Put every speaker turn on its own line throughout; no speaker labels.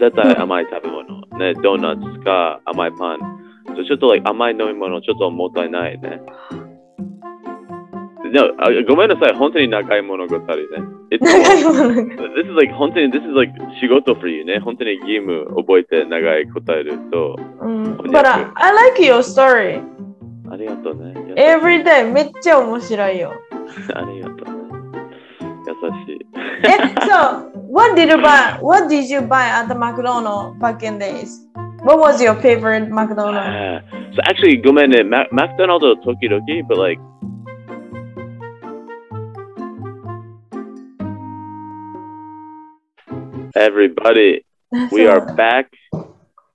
絶対甘い食べ物。ね、ドーナツか甘いパン。So, ちょっと、like, 甘い飲み物、ちょっともったいないね。No, あごめんなさい、本当に長い物語ね。It's-
長いもの
this is like 本当に、this is like 仕事 for you ね。本当に義務覚えて長い答えると。
うん。But I, I like your story.
ありがとうね。優しい
Every day めっちゃ面白いよ。
ありがとうね。優しい。
え、so, what did you buy? What did you buy at the McDonald's back in days? What was your favorite McDonald's?
Ah, so actually, ごめんね。ママクドナルド時々、but like エブリバディ、we are back.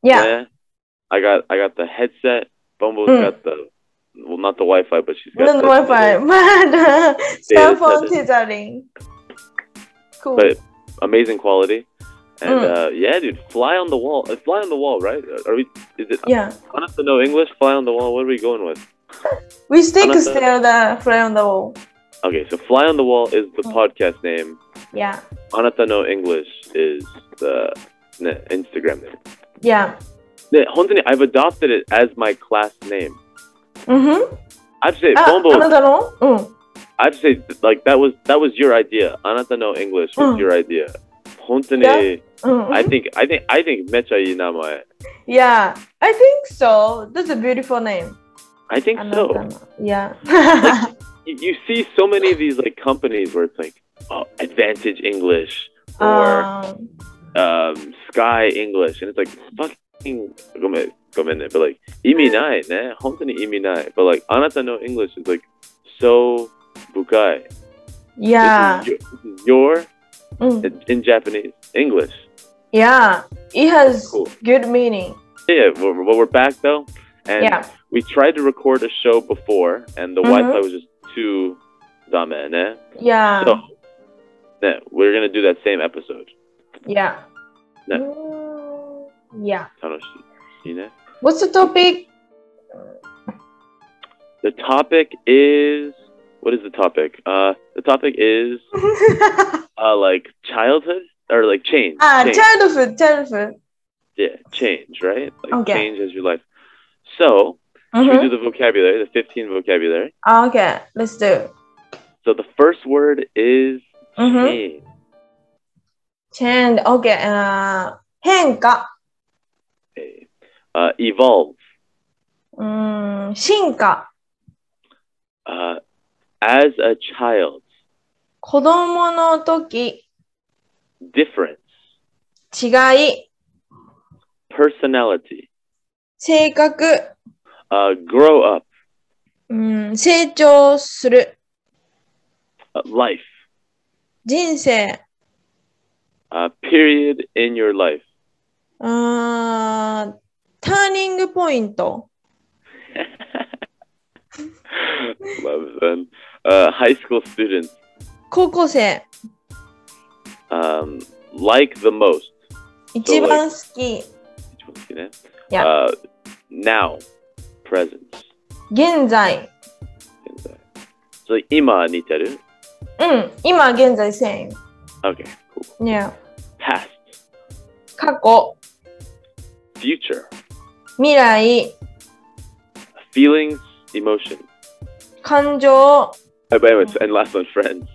Yeah.
Yeah. I got I got the headset. Bumble's
Mm.
got the well not the Wi Fi but she's got
Not the Wi-Fi, but cell
Data
phone
center.
tethering. Cool.
But amazing quality. And
Mm.
uh, yeah, dude, fly on the wall. Uh, Fly on the wall, right? Are we? Is it?
yeah,
I don't have to know English. Fly on the wall. What are we going with?
we stick
Another-
still the fly on the wall.
Okay, so fly on the wall is the
Mm.
podcast name.
Yeah,
Anata no English is the ne, Instagram name.
yeah.
Ne, honestly, I've adopted it as my class name.
Mm-hmm.
I've said
Ah,
Bumble.
another one. Mm.
I'd say like that was that was your idea. Anata no English was
Mm.
your idea. 本当に、
Yeah. Mm.
I think I think I think めっちゃいい名前。
yeah, I think so. That's a beautiful name.
I think so.
Another- Yeah.
You, you see so many of these like companies where it's like oh, Advantage English or
um,
um, Sky English, and it's like fucking ごめんごめんね but like 意味ないね本当に意味ない but like あなたの English is like so 深い。
yeah.
This is your, this is
Mm.
your in Japanese English.
Yeah. It has
Cool.
good meaning.
Yeah, we're, we're we're back though, and
yeah.
we tried to record a show before, and the
Mhm.
Wi-Fi was just too dame, ne?
Yeah.
So, ne, we're gonna do that same episode.
yeah.
Yeah.
Mm, Yeah.
Tanoshi, you know?
What's the topic?
The topic is what is the topic? Uh, the topic is uh like childhood or like change.
ah,
change.
childhood, childhood.
yeah, change, right? Like
Okay.
change as your life. So should we
Mhm.
do the vocabulary, the 15 vocabulary.
Ah, Okay, let's do. it.
So the first word is
Mhm.
change.
Change. Okay. Uh, 変化。
Uh, evolve.
うん、進化。
Uh, as a child,
子供の時、
difference,
違い、
personality,
性格、
uh, grow up,
うん、成長する、
uh, life,
人生、
uh, period in your life,
うーん、ターニングポイント、
Love them. Uh, high school students,
高校生、
um, like the most.
一番好き、Yeah.
Uh, now, present.
現在、
So, 今似てる?
うん、今現在 same。
Okay, cool.
ね
Past,
過去、
future,
未来、
feelings, emotions.
感情、
Uh, but anyways, and last one, friends.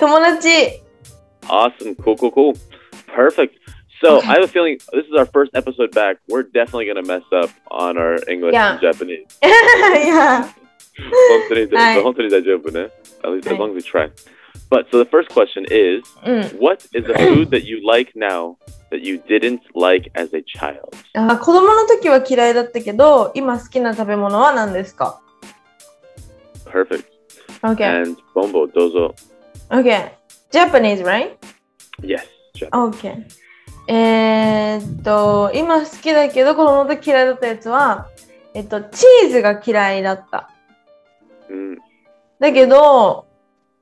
友達、
Awesome. Cool, cool, cool. Perfect. So I have a feeling this is our first episode back. We're definitely gonna mess up on our English
Yeah.
and Japanese.
いや、
本当に大-
Aye.
本当に大丈夫ね。At eh? least as
Aye.
long as we try. But so the first question is,
うん。
what is a food that you like now that you didn't like as a child?
あ子供の時は嫌いだったけど今好きな食べ物は何ですか
Perfect.
?OK。
And bombo dozo.
OK。Japanese, right?
Yes. Japanese.
OK。えーっと、今好きだけど子供の時嫌いだったやつは、えっと、チーズが嫌いだった。
Mm,
だけど、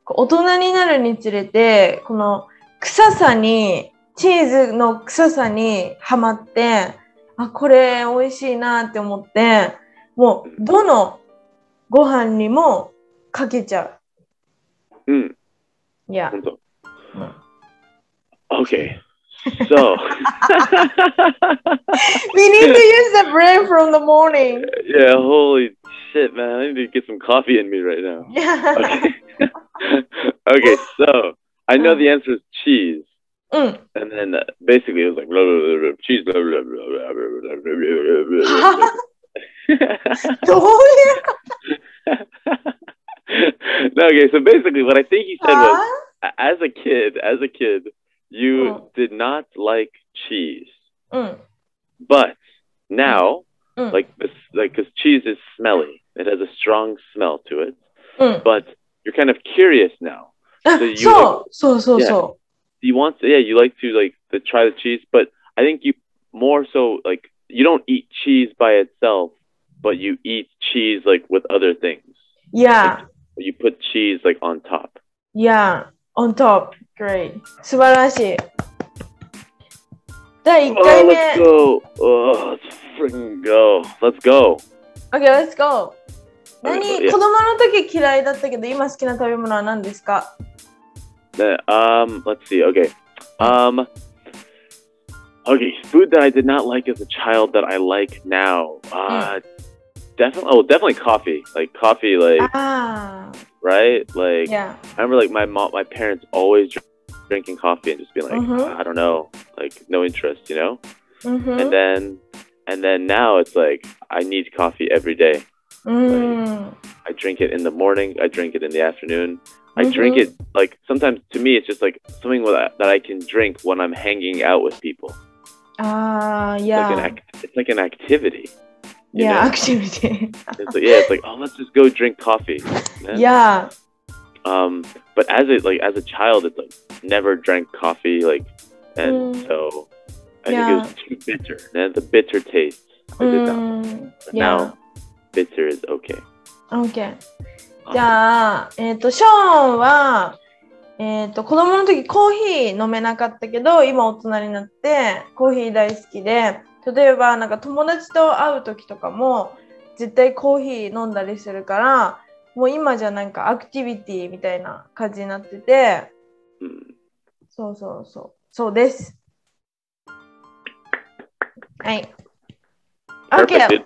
こう大人になるにつれて、この臭さに、チーズの臭さにはまって、あ、これ美味しいなって思って、もうどのご飯にもかけちゃう。
mm,
いや。
本当。
うん
Okay. So,
We need to use the brain from the morning.
yeah, holy shit, man. I need to get some coffee in me right now. Okay. okay, so I know the answer is cheese.
うん。
And then uh, basically it was like, blah, blah, blah, blah, cheese, blah, blah, blah, blah, blah, blah, blah, blah,
はどういう
blah. no, okay, so basically what I think he said was,
は
a- as a kid, as a kid, you
Oh.
did not like cheese.
うん。
But now,
うん。
like this, like because cheese is smelly, it has a strong smell to it.
うん。
But you're kind of curious now.
あ
So you-
そうそうそうそ
You want, to, yeah, you like to like to try the cheese, but I think you more so like you don't eat cheese by itself, but you eat cheese like with other things.
う。Yeah.
You put cheese like on top.
Yeah. On top. Great. 素晴らしい。第1
Oh,
回目。
let's go! Oh, let's freaking go! Let's go!
OK, let's go. 何
Okay, yeah.
子供の時嫌いだったけど今好きな食べ物は何ですか
Uh, Um, let's see. Okay. Um, okay. Food that I did not like as a child that I like now. Uh, definitely. Oh, definitely coffee. Like coffee. Like
ああ。
right. Like
Ah. Yeah.
I remember, like my mom, my parents always dr- drinking coffee and just being like,
Mhm.
I don't know, like no interest, you know.
うんふ
And
ん
then, and then now it's like I need coffee every day.
うん。
I drink it in the morning. I drink it in the afternoon. I drink
Mhm.
it like sometimes to me it's just like something that that I can drink when I'm hanging out with people.
ああ、い
It's like an
や。
act- it's like an activity.
いや、アクティビティ。
It's like, yeah, it's like oh let's just go drink coffee. Yeah.
いや、
Um, but as it like as a child, it's like never drank coffee like, and
Mm.
so I
Yeah.
think it was too bitter. And the bitter taste. I
う
did not.
ん。
But
いや
Now,。bitter is okay.
OK。じゃあ、えっ、と、ショーンは、えっ、と、子供の時コーヒー飲めなかったけど、今大人になってコーヒー大好きで、例えばなんか友達と会う時とかも、絶対コーヒー飲んだりするから、もう今じゃなんかアクティビティみたいな感じになってて、
Mm.
そうそうそう、そうです。はい。
Perfect,
OK!
dude.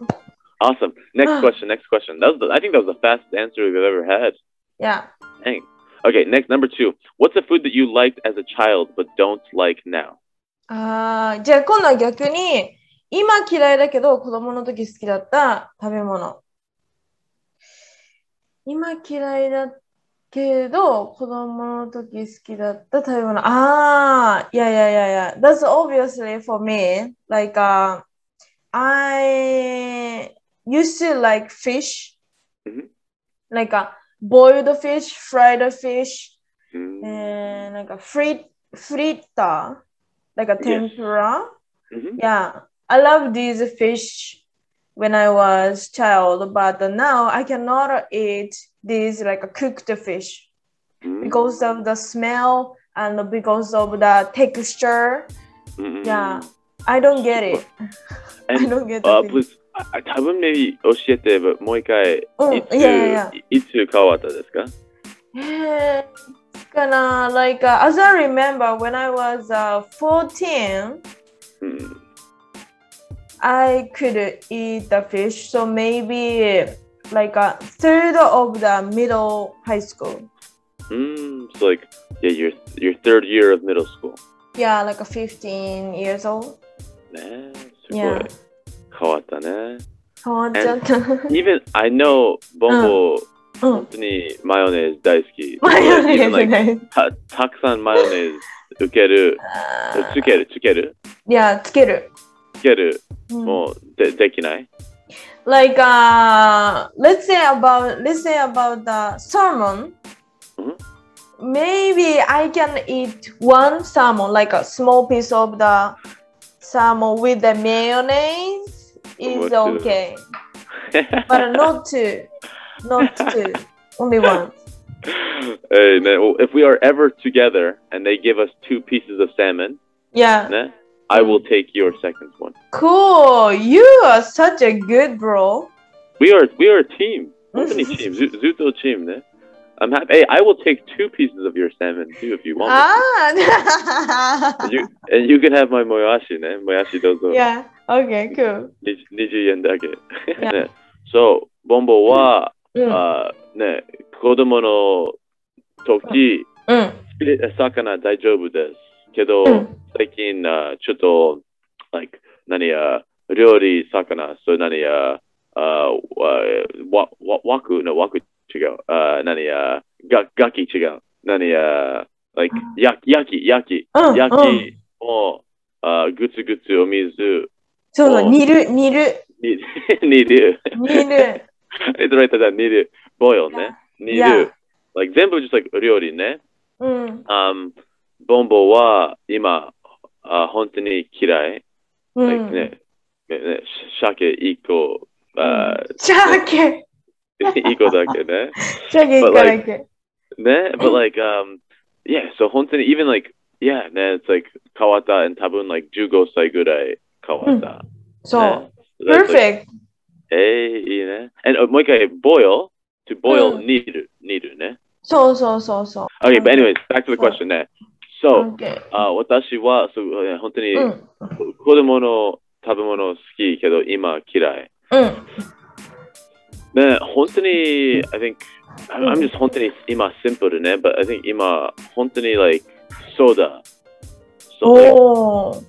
Awesome. Next question. Next question. That was the, I think that was the fastest answer we've ever had.
いや、
Dang. Okay. Next, number two. What's a food that you liked as a child but don't like now?
ああ、じゃあ今度は逆に、今嫌いだけど子供の時好きだった食べ物。今嫌いだけど子供の時好きだった食べ物。ああ、いやいやいやいや。That's obviously for me. Like,、uh, I used to like fish.
Mhm.
Like a boiled fish, fried fish.
Mm.
えー、なんかフリ、フリッター like a
Yes.
tempura?
Mhm.
Yeah. I love these fish when I was child, but now I cannot eat these like cooked fish
Mm.
because of the smell and because of the texture.
Mm.
Yeah. I don't get it. I
And,
don't get
Uh,
the feeling.
please, I, I, 多分maybe教えてもう一回
うん、
いつ、
いやいやいや。
いつ変わったですか
Eh, It's gonna like uh, as I remember when I was uh, 14.
うん。
I could eat the fish, so maybe like a third of the middle high school.
Mm, so like, yeah, your your third year of middle school.
Yeah, like a 15 years old.
ね、すごい
Yeah.
変わったね。
変わっちゃ った。
Even I know ボンボ、
う
本
ん。
当にマヨネーズ大好 き。
マヨネー
Even
ズ
like
ね。
たたくさんマヨネーズ受ける、
あ
つ
ー
ける、つける、
いや、つける。
つける、
うん
もうでできない。
Mm. like, uh, let's say about, let's say about the salmon.
Mhm.
Maybe I can eat one salmon, like a small piece of the salmon with the mayonnaise is
What to-
okay. But not two, not two, only one.
hey, man, well, if we are ever together and they give us two pieces of salmon,
Yeah,
ね、I will take your second one.
cool. You are such a good bro. Mm.
We are we are a team. 本当にチーム、ずずっとチームね。 I'm happy. Hey, I will take two pieces of your salmon too if you want.
あ
And you and you can have my moyashi, ne? Moyashi dozo.
a yeah. Okay, cool.
に20円 だけ。
Yeah.
ね、そう、ボンボは、
うん。
あーね、子供の時、
うん。
え魚大丈夫です。けど、
うん
最近、あーちょっと、like、何や、料理、魚、そう何や、あーわ、わ、枠の枠違う。あー何や、が、ガキ違う。何や、like、焼き、焼き、焼き、
うん。
焼
うん、
きを、あーグツグツお水
そう
Oh.
だ、煮る、煮る、
に、にる。
煮る。
えっと、ただ、煮る。boil ね。煮
Yeah.
る。Like, 全部 just like 料理ね。
うん。
Um, ボンボは今、あ本当に嫌い。
う
Like
ん。
ね、ねね鮭1個、あ
シャーケ、
1個だけ ね。
シャーケいかなきゃ。
ね、but like, um, yeah, so 本当に even like, yeah, ね、it's like 変わった、and 多分 like 15歳ぐらい変わった。
そう。
ね That's like-
perfect.
えー、いいね。And, uh, もう一回、boil, to
う
boil,
ん
煮る、煮るね。
そうそうそうそう。
Okay, but anyways, back to the question ね。So,
Okay. Mm,
あ私は、そう本当に、
うん。
子供の食べ物好きけど今嫌い。
うん。
ね、本当に、I think, I'm
うん
I'm just 本当に今シンプルね、but I think 今本当に like ソーダ。そうね
おお。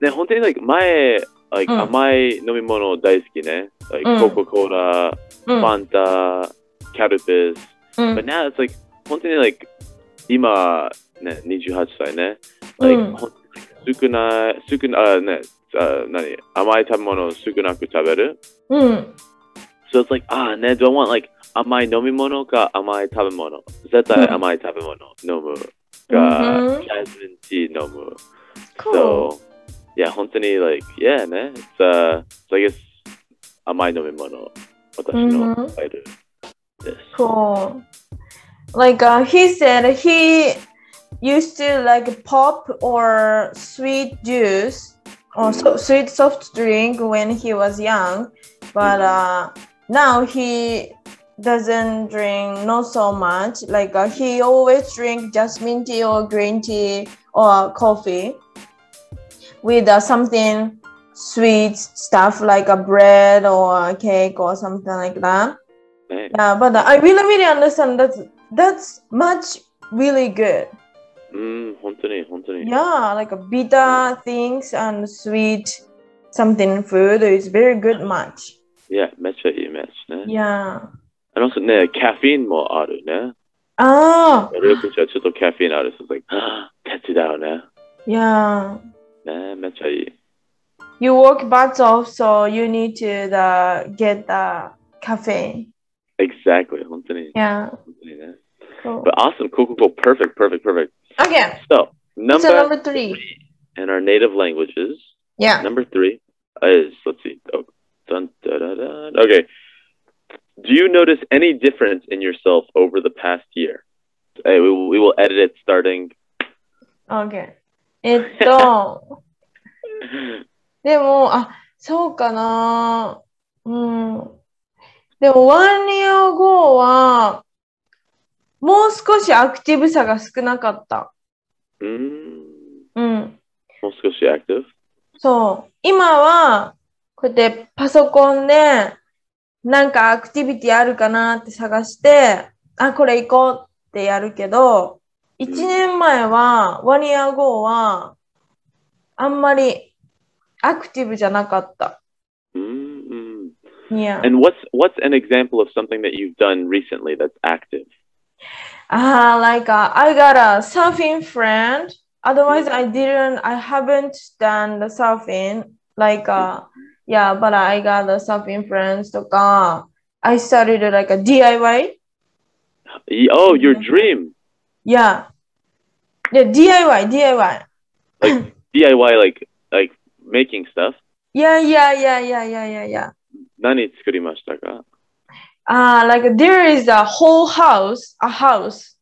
ね、本当に like 前、like
うん
甘い飲み物大好きね。like
うん
Coca-Cola、
うん。
Fanta、カルピス。
うん
But now it's like 本当に like 今ね28歳ね。like、
うん
ほん少ない少ないあねあ何甘い食べ物少なく食べる。
うん。
So it's like, ah, Ned, do I want like amai nomimono ka amai tabemono? Zetai
Mhm.
amai tabemono nomu
う
ka
ん
jasmine tea nomu.
Cool.
So, yeah, hontoni like, yeah, ne? It's, uh, so I guess amai nomimono watashi no
Mhm.
idol desu.
Cool. Like uh, he said, he used to like pop or sweet juice or so- sweet soft drink when he was young, but uh, now he doesn't drink not so much. Like uh, he always drink jasmine tea or green tea or coffee with uh, something sweet stuff like a bread or a cake or something like that.
Nice.
Yeah, but I really, really understand that's that's much really good.
Mm, hontoni, hontoni.
Yeah, like a bitter things and sweet something food is very good match.
Yeah, mecha i match, ne?
Yeah.
And also, ne, caffeine mo aru, ne?
Ah,
Ryukuchi wa chotto caffeine aru, so it's like, ah, tetsudau, ne?
yeah.
Ne, mecha ii.
You work butts off, so you need to the, get the caffeine.
Exactly, hontoni.
Yeah.
Yeah.
Cool.
But awesome, cool, cool, cool, perfect, perfect, perfect.
Okay.
So
Number,
number,
so number three.
in our native languages,
Yeah.
number three is let's see. Oh, dun, da, da, da. Okay. Do you notice any difference in yourself over the past year? Hey, we, will- we will edit it starting.
Okay. えっと。でも、あ、そうかな。うん。でも、ワンリオ号は、もう少しアクティブさが少なかった。
mm,
うん。
Moskoshi active.
そう。今は、こうやってパソコンで、なんかアクティビティあるかなって探して、あ、これ行こうってやるけど、1年前は、ワンリア号は、あんまりアクティブじゃなかった。
mm mm.
いや。
And what's what's an example of something that you've done recently that's active?
Ah, like uh, I got a surfing friend. Otherwise, I didn't. I haven't done the surfing. Like uh, yeah, but I got the surfing friends. とか I started uh, like a DIY.
Y- Oh, your
Mhm.
dream,
Yeah, yeah, DIY, DIY.
like DIY, like like making stuff.
Yeah, yeah, yeah, yeah, yeah, yeah, yeah.
何作りましたか
Ah, like there is a whole house, a house.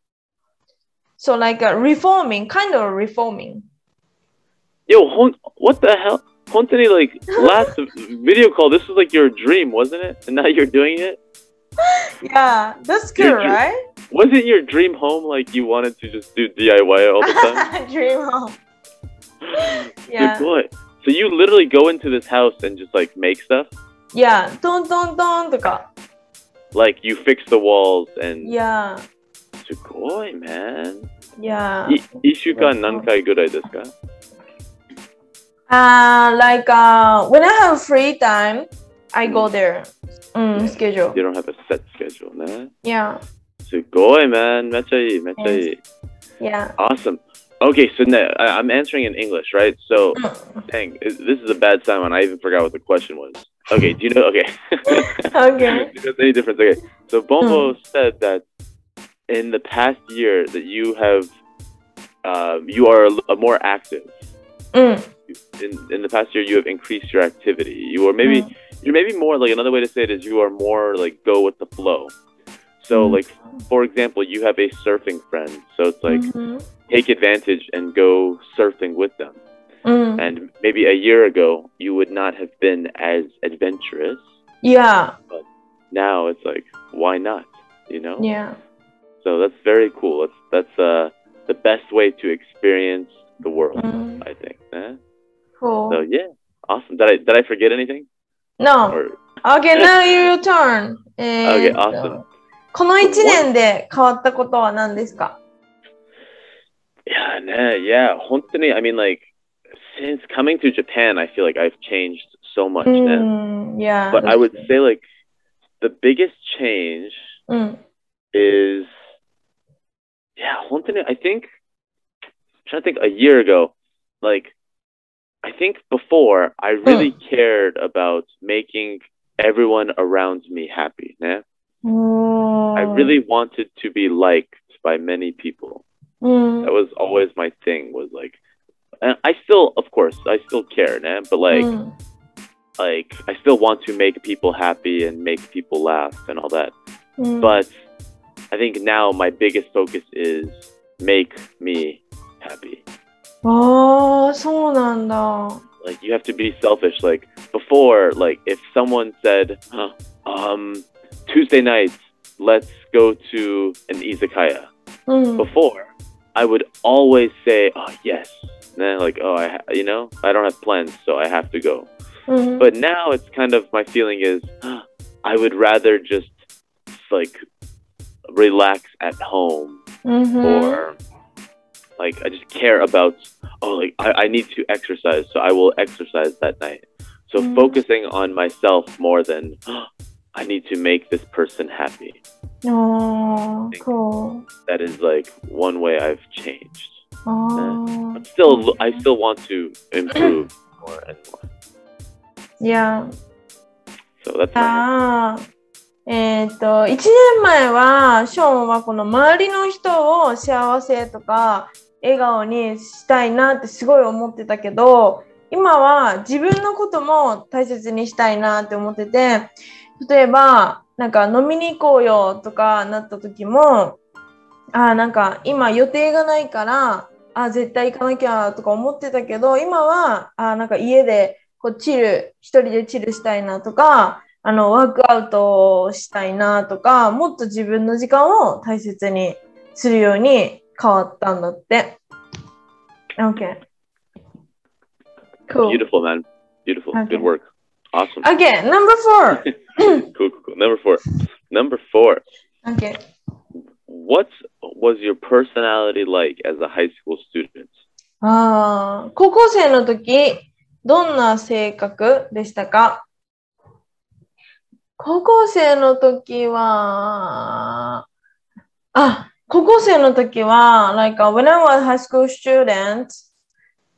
So like a reforming, kind of reforming.
Yo, hon- what the hell? 本 当に like last video call, this was like your dream, wasn't it? And now you're doing it?
Yeah, that's good,
Future.
right?
Was it your dream home? Like you wanted to just do DIY all the time?
Dream home. Yeah.
Good boy. So you literally go into this house and just like make stuff.
Yeah. トントントンとか。
Like you fix the walls and.
Yeah.
Sugoi, man.
Yeah.
い一週間何回ぐらいですか
Uh, like uh, when I have free time, I go there. Mm, schedule.
You don't have a set schedule ね。
Yeah.
すごい、man. めっちゃいい、めっちゃいい。
Yeah.
Awesome. Okay, so now I- I'm answering in English, right? So,
Mm.
dang, this is a bad sign when I even forgot what the question was. Okay, do you know? Okay.
Okay.
If there's any difference. Okay. So, Bombo said that in the past year that you have, um, you are a l- a more active.
うん。
in in the past year you have increased your activity you are
Mm.
maybe you're maybe more like another way to say it is you are more like go with the flow so
Mm.
like for example you have a surfing friend so it's like
うん。
take advantage and go surfing with them
うん。
and maybe a year ago you would not have been as adventurous
Yeah.
now it's like why not you know
Yeah.
so that's very cool that's that's uh the best way to experience the world
Mm.
i think eh? so
Cool.
yeah awesome did i did i forget anything
No.
or
Okay, now your turn. え
Okay,
ー
awesome.
この一年で変わったことは何ですか
Yeah, nah, yeah. Honestly, I mean, like, since coming to Japan, I feel like I've changed so much.
う
man.
ん。Yeah. Mm,
But I would say, like, the biggest change
うん。
is, yeah, honestly, I think, I'm trying to think a year ago, like, I think before I really cared about making everyone around me happy. Nah?
お
I
ー
really wanted to be liked by many people.
うん。
that was always my thing was like and i still of course i still care man but like
うん。
like i still want to make people happy and make people laugh and all that
うん。
but i think now my biggest focus is make me happy
ああ、そうなんだ。
like you have to be selfish like before like if someone said huh, um tuesday night let's go to an izakaya
うん。
before, I would always say, "Oh yes," and then like, "Oh, I ha- you know I don't have plans, so I have to go."
うん。
But now it's kind of my feeling is "Ah, I would rather just like relax at home
うんふん
or like I just care about oh like I, I need to exercise, so I will exercise that night. So
Mm.
focusing on myself more than "Ah, I need to make this person happy.
ああ、こ
That is like one way I've changed.
う。ああ
I'm。still I still want to improve more and more.
いや、
So that's my
ああ。えっと、1年前は、ショーンはこの周りの人を幸せとか、笑顔にしたいなってすごい思ってたけど、今は自分のことも大切にしたいなって思ってて、例えば、なんか飲みに行こうよとかなった時も、あーなんか今予定がないから、あー絶対行かなきゃとか思ってたけど、今は、あーなんか家でこうチル、一人でチルしたいなとか、あのワークアウトをしたいなとか、もっと自分の時間を大切にするように変わったんだって。Okay. Cool.
beautiful man. Beautiful.
Okay.
Good work. Awesome.
Okay, number four.
cool, cool, cool. Number four. Number four.
Okay.
What was your personality like as a high school student?
ああ、高校生の時、どんな性格でしたか高校生の時は、あ、高校生の時は、like, uh, when I was a high school student,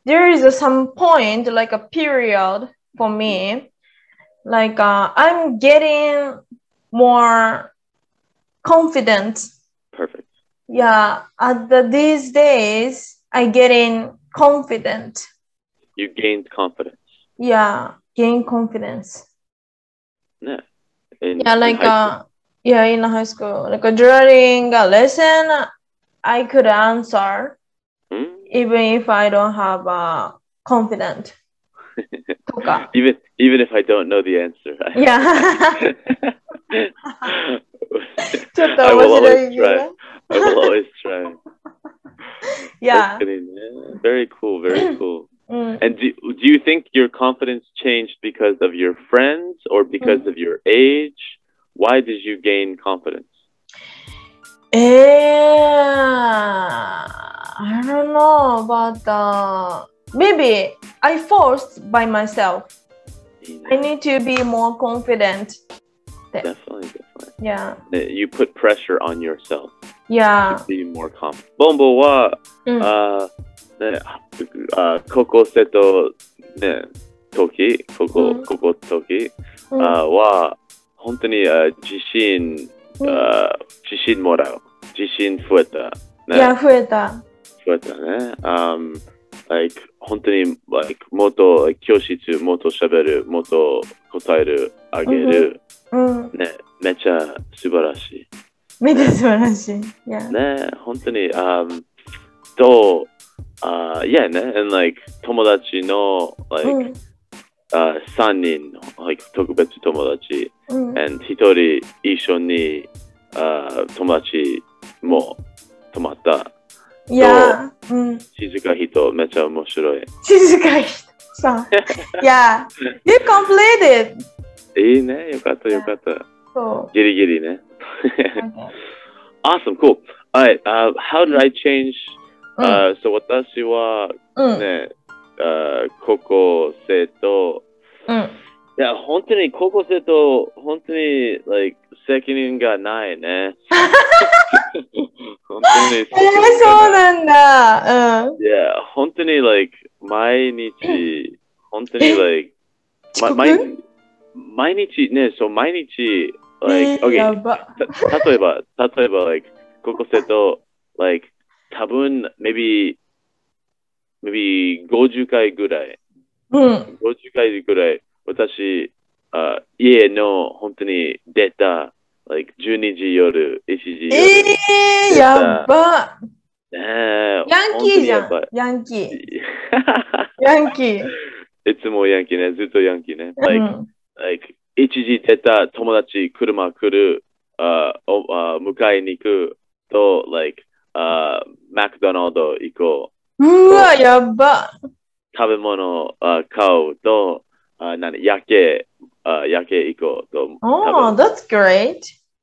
there is a some point, like a period for me, like, uh, I'm getting more confident
Perfect.
Yeah, at the, these days, I getting confident.
You gained confidence.
Yeah, gain confidence.
Yeah. In,
Yeah,
in
like
high
uh, yeah, in high school, like uh, during a lesson, I could answer
school. Hmm?
even if I don't have uh, confident. とか。
Even even if I don't know the answer.
Yeah. ちょっと面白
I will always
いけど
try.。I will always try. 確
Yeah. Mm.
かにね Very cool, very cool.
うん。
And do, do you think your confidence changed because of your friends or because of your age? Why did you gain confidence?
ええー、I don't know, but、uh, maybe I forced by myself. I need to be more confident.
Definitely, definitely.
Yeah,
You put pressure on yourself
yeah.
to be more confident. ボンボは、
うん
あーね、あ高校生と、ね、時、高校、
うん
高校時、
うん
あーは、本当にあー自信、
うん
あー自信もらう。自信増えた。ね
いや、増えた。
そうだね。Um, like, 本当に、like, もっと、like, 教室、もっと喋る、もっと答える、あげる。
うん。
ね、めっちゃ素晴らし
めっちゃ素晴らしい。
い。
Yeah.
ね、本当に、um, と、あ、いやね、and like, 友達の、like,
うん
uh, 3人、like, 特別友達、
うん。
and 1人一緒に、あ友達も泊まった。
いや、うん。
静か人、めっちゃ面白い。
静かにさん。yeah. You completed.
いいね、よかった、よかった。
そう。
Giddy giddy, man.
Okay.
awesome, cool. All right, uh, how did I change?
うん
Uh, so, 私は
うん。
ね、uh, 高校生と、
うん。
いや、本当に高校生と、本当に、like, 責任がない ね。本当に責任が
えー、そう
ない。
なんだ。うん。
いや、本当に、like, 毎日、本当に、
え
like,
遅
ま毎
刻
日、毎日ね、そう、毎日、
え
like,
ー
okay,
やば。
た例えば、例えば、like、高校生と、like、多分、maybe、maybe 50回ぐらい、
うん。
50回ぐらい、私、あ家の本当に出た、like、12時夜、1時夜。
えー、やば。
ねえ
ヤンキーじゃ
本当にや
ん
ばい。
ヤンキー。ヤンキー。
いつもヤンキーね、ずっとヤンキー ね。
う
like、
ん。
like、1時出た友達、車来る、あおあ迎えに行くと、like、あマクドナルド行こう。
うわ、やば。
食べ物あ買うと、あ何夜景、あ夜景行こうと。
Oh,
多分
that's great.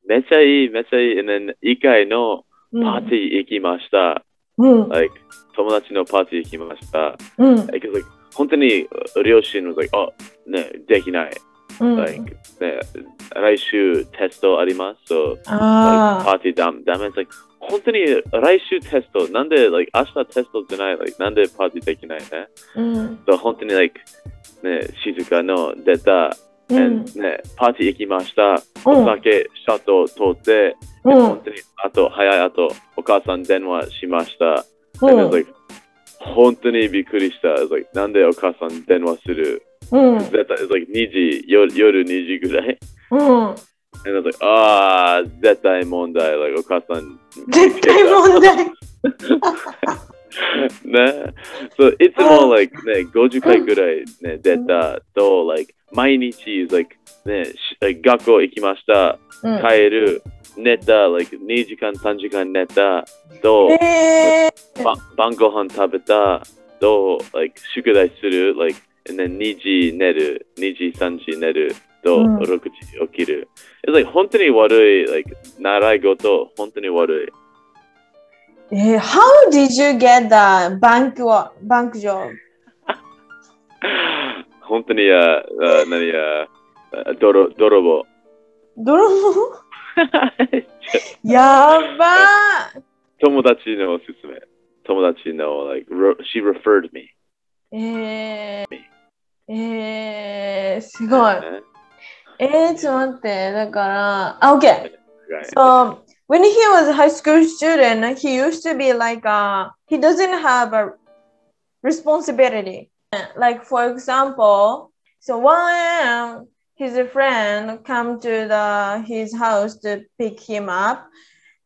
めっちゃいい、めっちゃいい。And then、一回の
う
パーテ
ん。
ィー行きました。
うん。
like、友達のパーティー行きました。
うん。
like, like 本当に両親は、like、あ、ね、できない。
うん。
like ね、来週テストあります。So, パ
あ
ーティーダメ、ダメ。It's like, 本当に来週テスト、なんで、like, 明日テストじゃない、like, なんでパーティーできないね。
あ。うん。
So, 本当に、like, ね、静かの出た、
う
and
ん。
ね、パーティー行きました。
う
お
ん。
酒、シャトー通って、
う
and
ん。
本当に、あと、早いあと、お母さん電話しました。
う
And it's
ん。
like, 本当にびっくりした。It's like, なんでお母さん電話する
うん。
絶対、it's like 2時、夜夜2時ぐらい。
うん。
And I was like, ああ、絶対問題。Like, お母さん
絶対問題。
ね。そう、いつも、
あ
like、ね、50回ぐらい、ね、出たと、like、毎日、like、ね、し学校行きました、
うん。
帰る、寝た、like、2時間、3時間寝た、と、
え
ば晩ご飯食べた、と、like、宿題する、like、and then 2時寝る、2時、3時寝る、と、
うん
6時起きる。It's like、本当に悪い、like、習い事、本当に悪い。
ー、えー、How eh, did you get the bank, wa- bank job?
本当に、ああ何や、あ泥泥棒。
泥棒やば
友達のおすすめ。友達の、like, re- she referred me.
ーえー、えー、すごい。
ね
えー、eh, ちょっと待って、だから、あ、OK!
はい
So Um, when he was a high school student, he used to be like uh he doesn't have a responsibility. Like for example, so 1 a.m. his friend come to the his house to pick him up,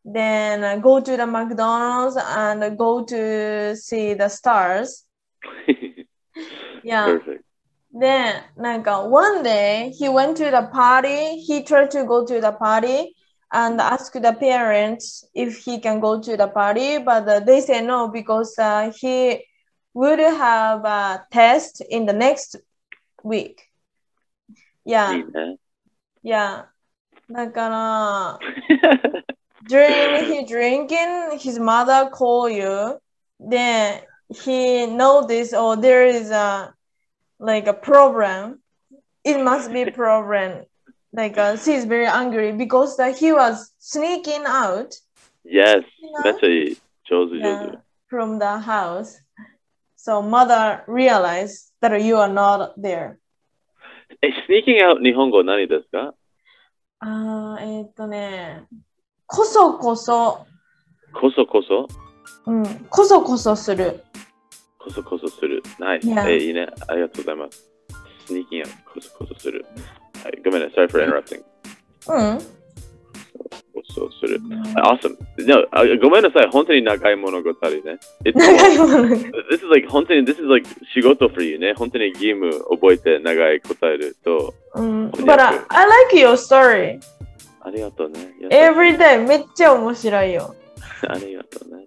then uh, go to the McDonald's and go to see the stars. Yeah.
Perfect.
Then, like uh, one day, he went to the party. He tried to go to the party, and ask the parents if he can go to the party, but uh, they say no because uh, he would have a test in the next week. Yeah,
いいね。
yeah. だから、during he drinking, his mother call you. Then he notice or there is a like a problem. It must be problem. Like uh, she's very angry because that he was sneaking out
yes, め
you
っちゃ上手上
know, yeah,
手。
from the house. So mother realized that you are not there.
え、sneaking out 日本語何ですか
あーえーっとね、こそこそ、
こそこそ
うん、こそこそする。
こそこそする。ナイス。
Yeah.
え、いいね。ありがとうございます。sneaking out こそこそする。はい、ごめんね。sorry for interrupting.
うん。
こそする。Awesome. No, あごめんなさい。本当に長い物語ね。It's
長いものが
This is like 本当に This is like 仕事 for you ね。本当に義務覚えて長い答えると。
うん。But I like your story.
ありがとうね。優しい
Every day めっちゃ面白いよ。
ありがとうね。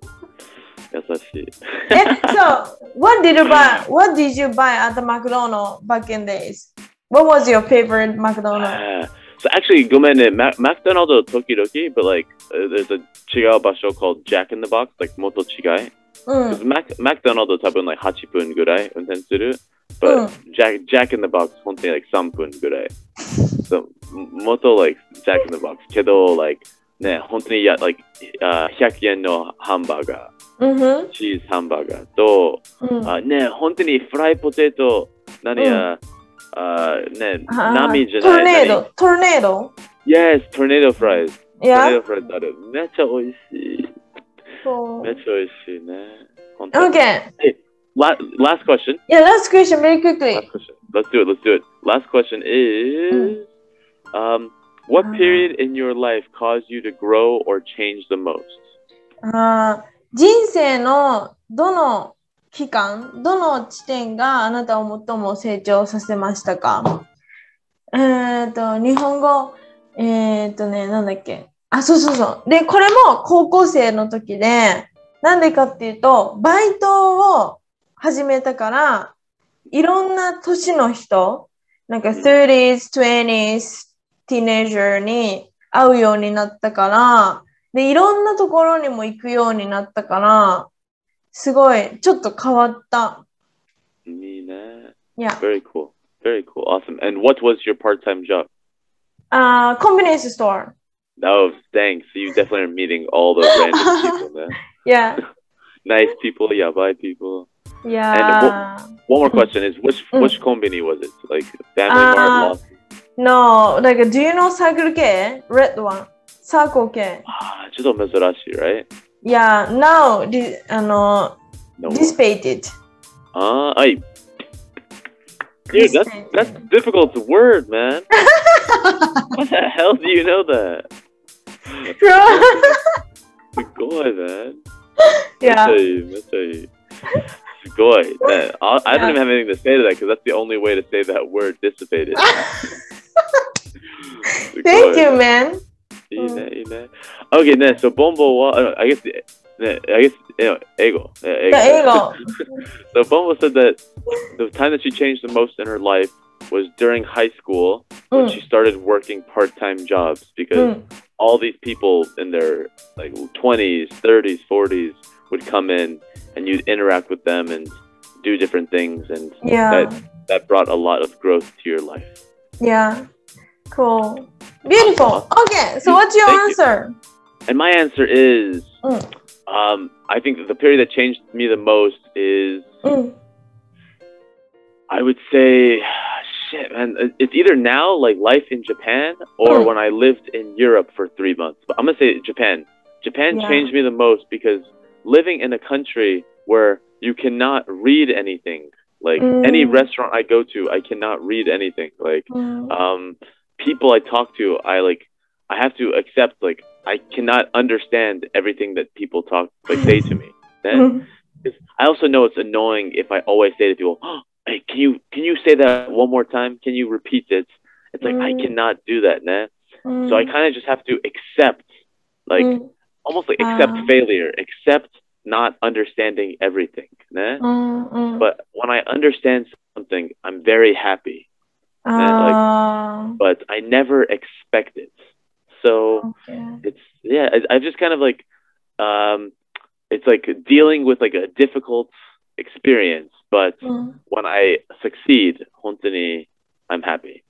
優しい。
え、so, what did you buy? What did you buy at the McDonald's back in days? What was your favorite McDonald's?
Ah, so actually, ごめんね。ママクドナルド時々、but like、there's a 違う場所 called Jack in the Box, like もっと違い。
うん。
マクマクドナルド多分 like 8分ぐらい運転する。
う
But
ん
Jack Jack in the Box 本当に like 3分ぐらい。So もっと like Jack in the Box けど like ね本当にや like、あ100円のハンバーガ
うんふん
ー、チーズハンバーガーと、
うん。
あね本当にフライポテト何や、あね
あー
波じゃない。
トルネード。トルネード
何 Yes トルネードフライズ。トルネ
い
ー
や。
ドフライズある。めっちゃ美味しい。
そう
めっちゃ美味しいね。本当に。
Okay.
La- last question.
Yeah, last question very quickly.
Last question. Let's do it. Let's do it. Last question is, um, what
Ah.
period in your life caused you to grow or change the most?
あー人生のどの期間、どの地点があなたを最も成長させましたかえっと、日本語、えっとね、なんだっけ。あ、そうそうそう。で、これも高校生の時で、なんでかっていうと、バイトを始めたから、いろんな年の人、なんか 30s、20s、teenager に会うようになったから、で、いろんなところにも行くようになったから、すごい、ちょっと変わった。
Nina.
いや、
Very cool. Very cool. Awesome. And what was your part-time job?
あーコンビニエンスストア。
Oh, dang. So you definitely are meeting all the random people, man.
いや、
Nice people, yeah, bye people.
いや、
One more question is, which
Mm.
which company was it? Like Family
Ah.
Mart? Lost?
No, like, do you know サークル系 ?Red one. サークル系。
Ah, just Mizurashi, right?
いや、now, di- あの、
No.
dissipated.
Ah, I. Dude, that's
Dissipated.
That's a difficult word, man. How the hell do you know that? Sugoi, man.
いや
Message, message. Sugoi. Man, I, I
Yeah.
don't even have anything to say to that because that's the only way to say that word dissipated. Sugoi.
Thank you, man.
いいね、いいね。OK ね、そう、ボンボは、あの uh, I guess, ね、I guess, え英語。え
いや英語。
So Bumble said that the time that she changed the most in her life was during high school when
うん
she started working part-time jobs
う
because
ん。
all these people in their like 20s, 30s, 40s would come in and you'd interact with them and do different things and
いや
that,、that brought a lot of growth to your life.
Yeah. Cool. Beautiful. Okay. So what's your
Thank you.
answer?
And my answer is
Mm.
um, I think that the period that changed me the most is
うん。
I would say, shit, man. it- It's either now, like life in Japan, or
Mm.
when I lived in Europe for three months. But I'm gonna say Japan. Japan
Yeah.
changed me the most because living in a country where you cannot read anything, like any
Mm.
restaurant I go to, I cannot read anything. Like
うん。
um, people I talk to, I like, I have to accept like I cannot understand everything that people talk like say to me. Then
Mm,
I also know it's annoying if I always say to people, oh, "Hey, can you can you say that one more time? Can you repeat it?" It's like I
Mm.
cannot do that, nah.
うん
So I kind of just have to accept, like
うん
almost like accept
Mm. Ah.
failure, accept not understanding everything. ね
うんうん
But when I understand something, I'm very happy. uh,
あ
But I never expect it.
ー
So
Mm. OK
it's yeah I, i've just kind of like um it's like dealing with like a difficult experience but
うん
when i succeed honestly i'm happy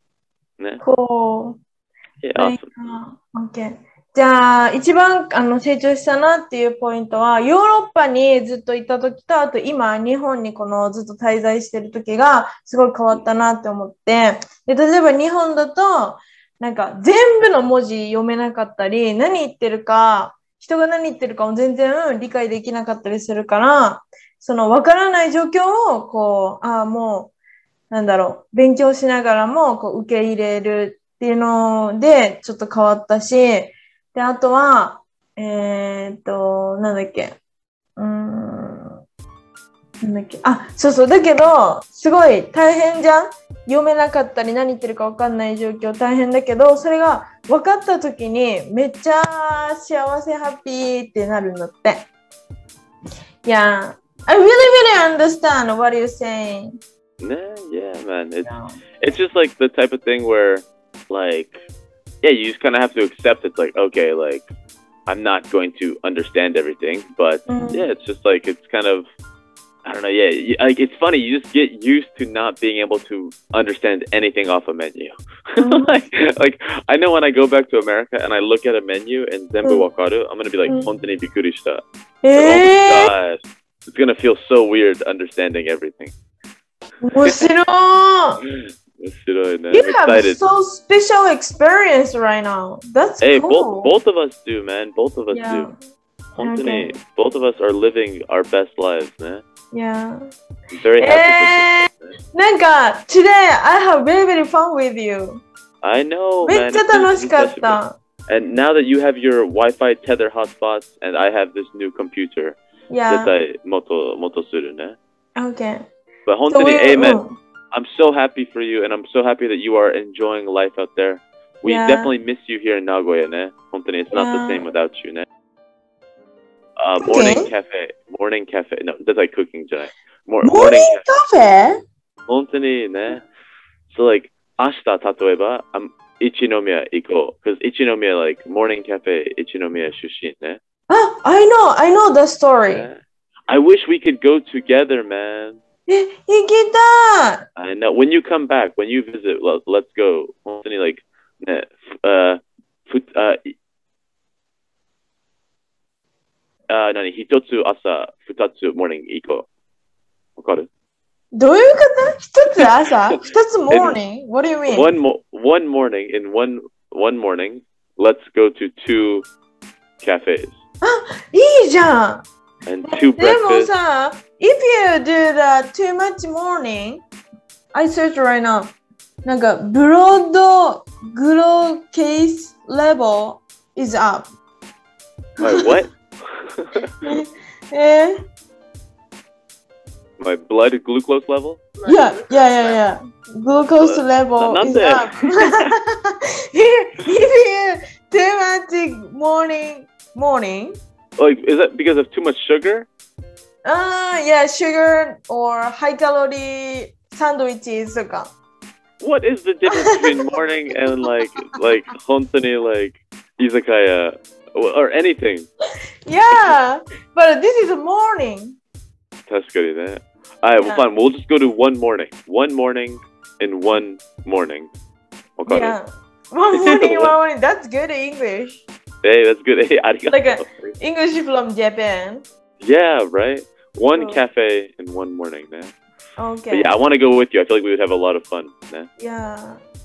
こう
yeah
はい
awesome
あー OK じゃあ一番あの成長したなっていうポイントはヨーロッパにずっといた時とあと今日本にこのずっと滞在してる時がすごい変わったなって思ってで例えば日本だとなんか全部の文字読めなかったり何言ってるか人が何言ってるかも全然理解できなかったりするからその分からない状況をこうああもうなんだろう勉強しながらもこう受け入れるっていうのでちょっと変わったしであとはえーっとなんだっけうーんなんだっけあそうそうだけどすごい大変じゃん読めなかったり何言ってるか分かんない状況大変だけどそれが分かった時にめっちゃ幸せハッピーってなるんだって。Yeah, I really really understand what you're saying.
Nah, yeah man it's it's just like the type of thing where like yeah you just kind of have to accept it's like okay like i'm not going to understand everything but
Mm.
yeah it's just like it's kind of i don't know yeah you- like it's funny you just get used to not being able to understand anything off a menu
Mm.
like, like i know when i go back to america and i look at a menu in zenbu
Mm.
wakaru i'm gonna be like
Mm.
"Hontoni bikurishita."
えー、
oh my gosh it's gonna feel so weird understanding everything
面白い
It's
You
excited
have so special experience right now. That's
Hey,
cool.
both both of us do, man. Both of us
Yeah.
do.
Okay.
Anthony, both of us are living our best lives, man.
Yeah.
I'm very
Eh?
happy. for this, man.
なんか、today I have very very fun with you.
I know,
めっ
Oh, man.
ちゃ
It's been-
楽しか
it's
っ
been-
た。
And now that you have your Wi-Fi tether hotspots, and I have this new computer that
Yeah.
I moto moto suru, ne?
Okay.
But
So
Hontoni,
we- oh.
hey, man,
うん
I'm so happy for you, and I'm so happy that you are enjoying life out there. We
Yeah.
definitely miss you here in Nagoya, ne? Hontoni, it's not
Yeah.
the same without you, ne? Uh, morning
Okay.
cafe, morning cafe. No, that's like cooking, Jai. Mor-
Morning
cafe.
カフェ
本当にね。So like 明日例えば、I'm 一宮行こう。Cause 一宮 like morning cafe 一宮出身ね。
あ、I Ah, know, I know the story.
ね I wish we could go together, man.
え、行きたい
I know. When you come back, when you visit, let, let's go. 本当に like ね、uh, e- ふあ、いあ、何一つ朝、二つ morning 行こう。わかる
どうい うこと一つ朝一つ ah, morning? What do you mean?
one mo- one morning in one one morning let's go to two cafes
いいじゃん
and two
でも
breakfasts
さ、if you do that too much morning, I search right now. なんか、ブロードグローケースレベル is up.
my what
え
my blood glucose level
いやいやいやいや、グローコースレベ
な
ル
ん
is
で
up. if you too much morning, morning,
like is that because of too much sugar
ah yeah, sugar or high calorie sandwiches とか。
what is the difference between morning and like like hontani like izakaya or or anything
Yeah, but this is morning.
that's good that all right well
Yeah.
fine we'll just go to one morning one morning in one morning okay
Yeah. One morning, one morning. That's good English.
hey that's good hey arigato.
Like a- English from Japan.
Yeah, right. One
Oh.
cafe and one morning, man. But
Okay.
yeah, I want to go with you. I feel like we would have a lot of fun. Man.
Yeah.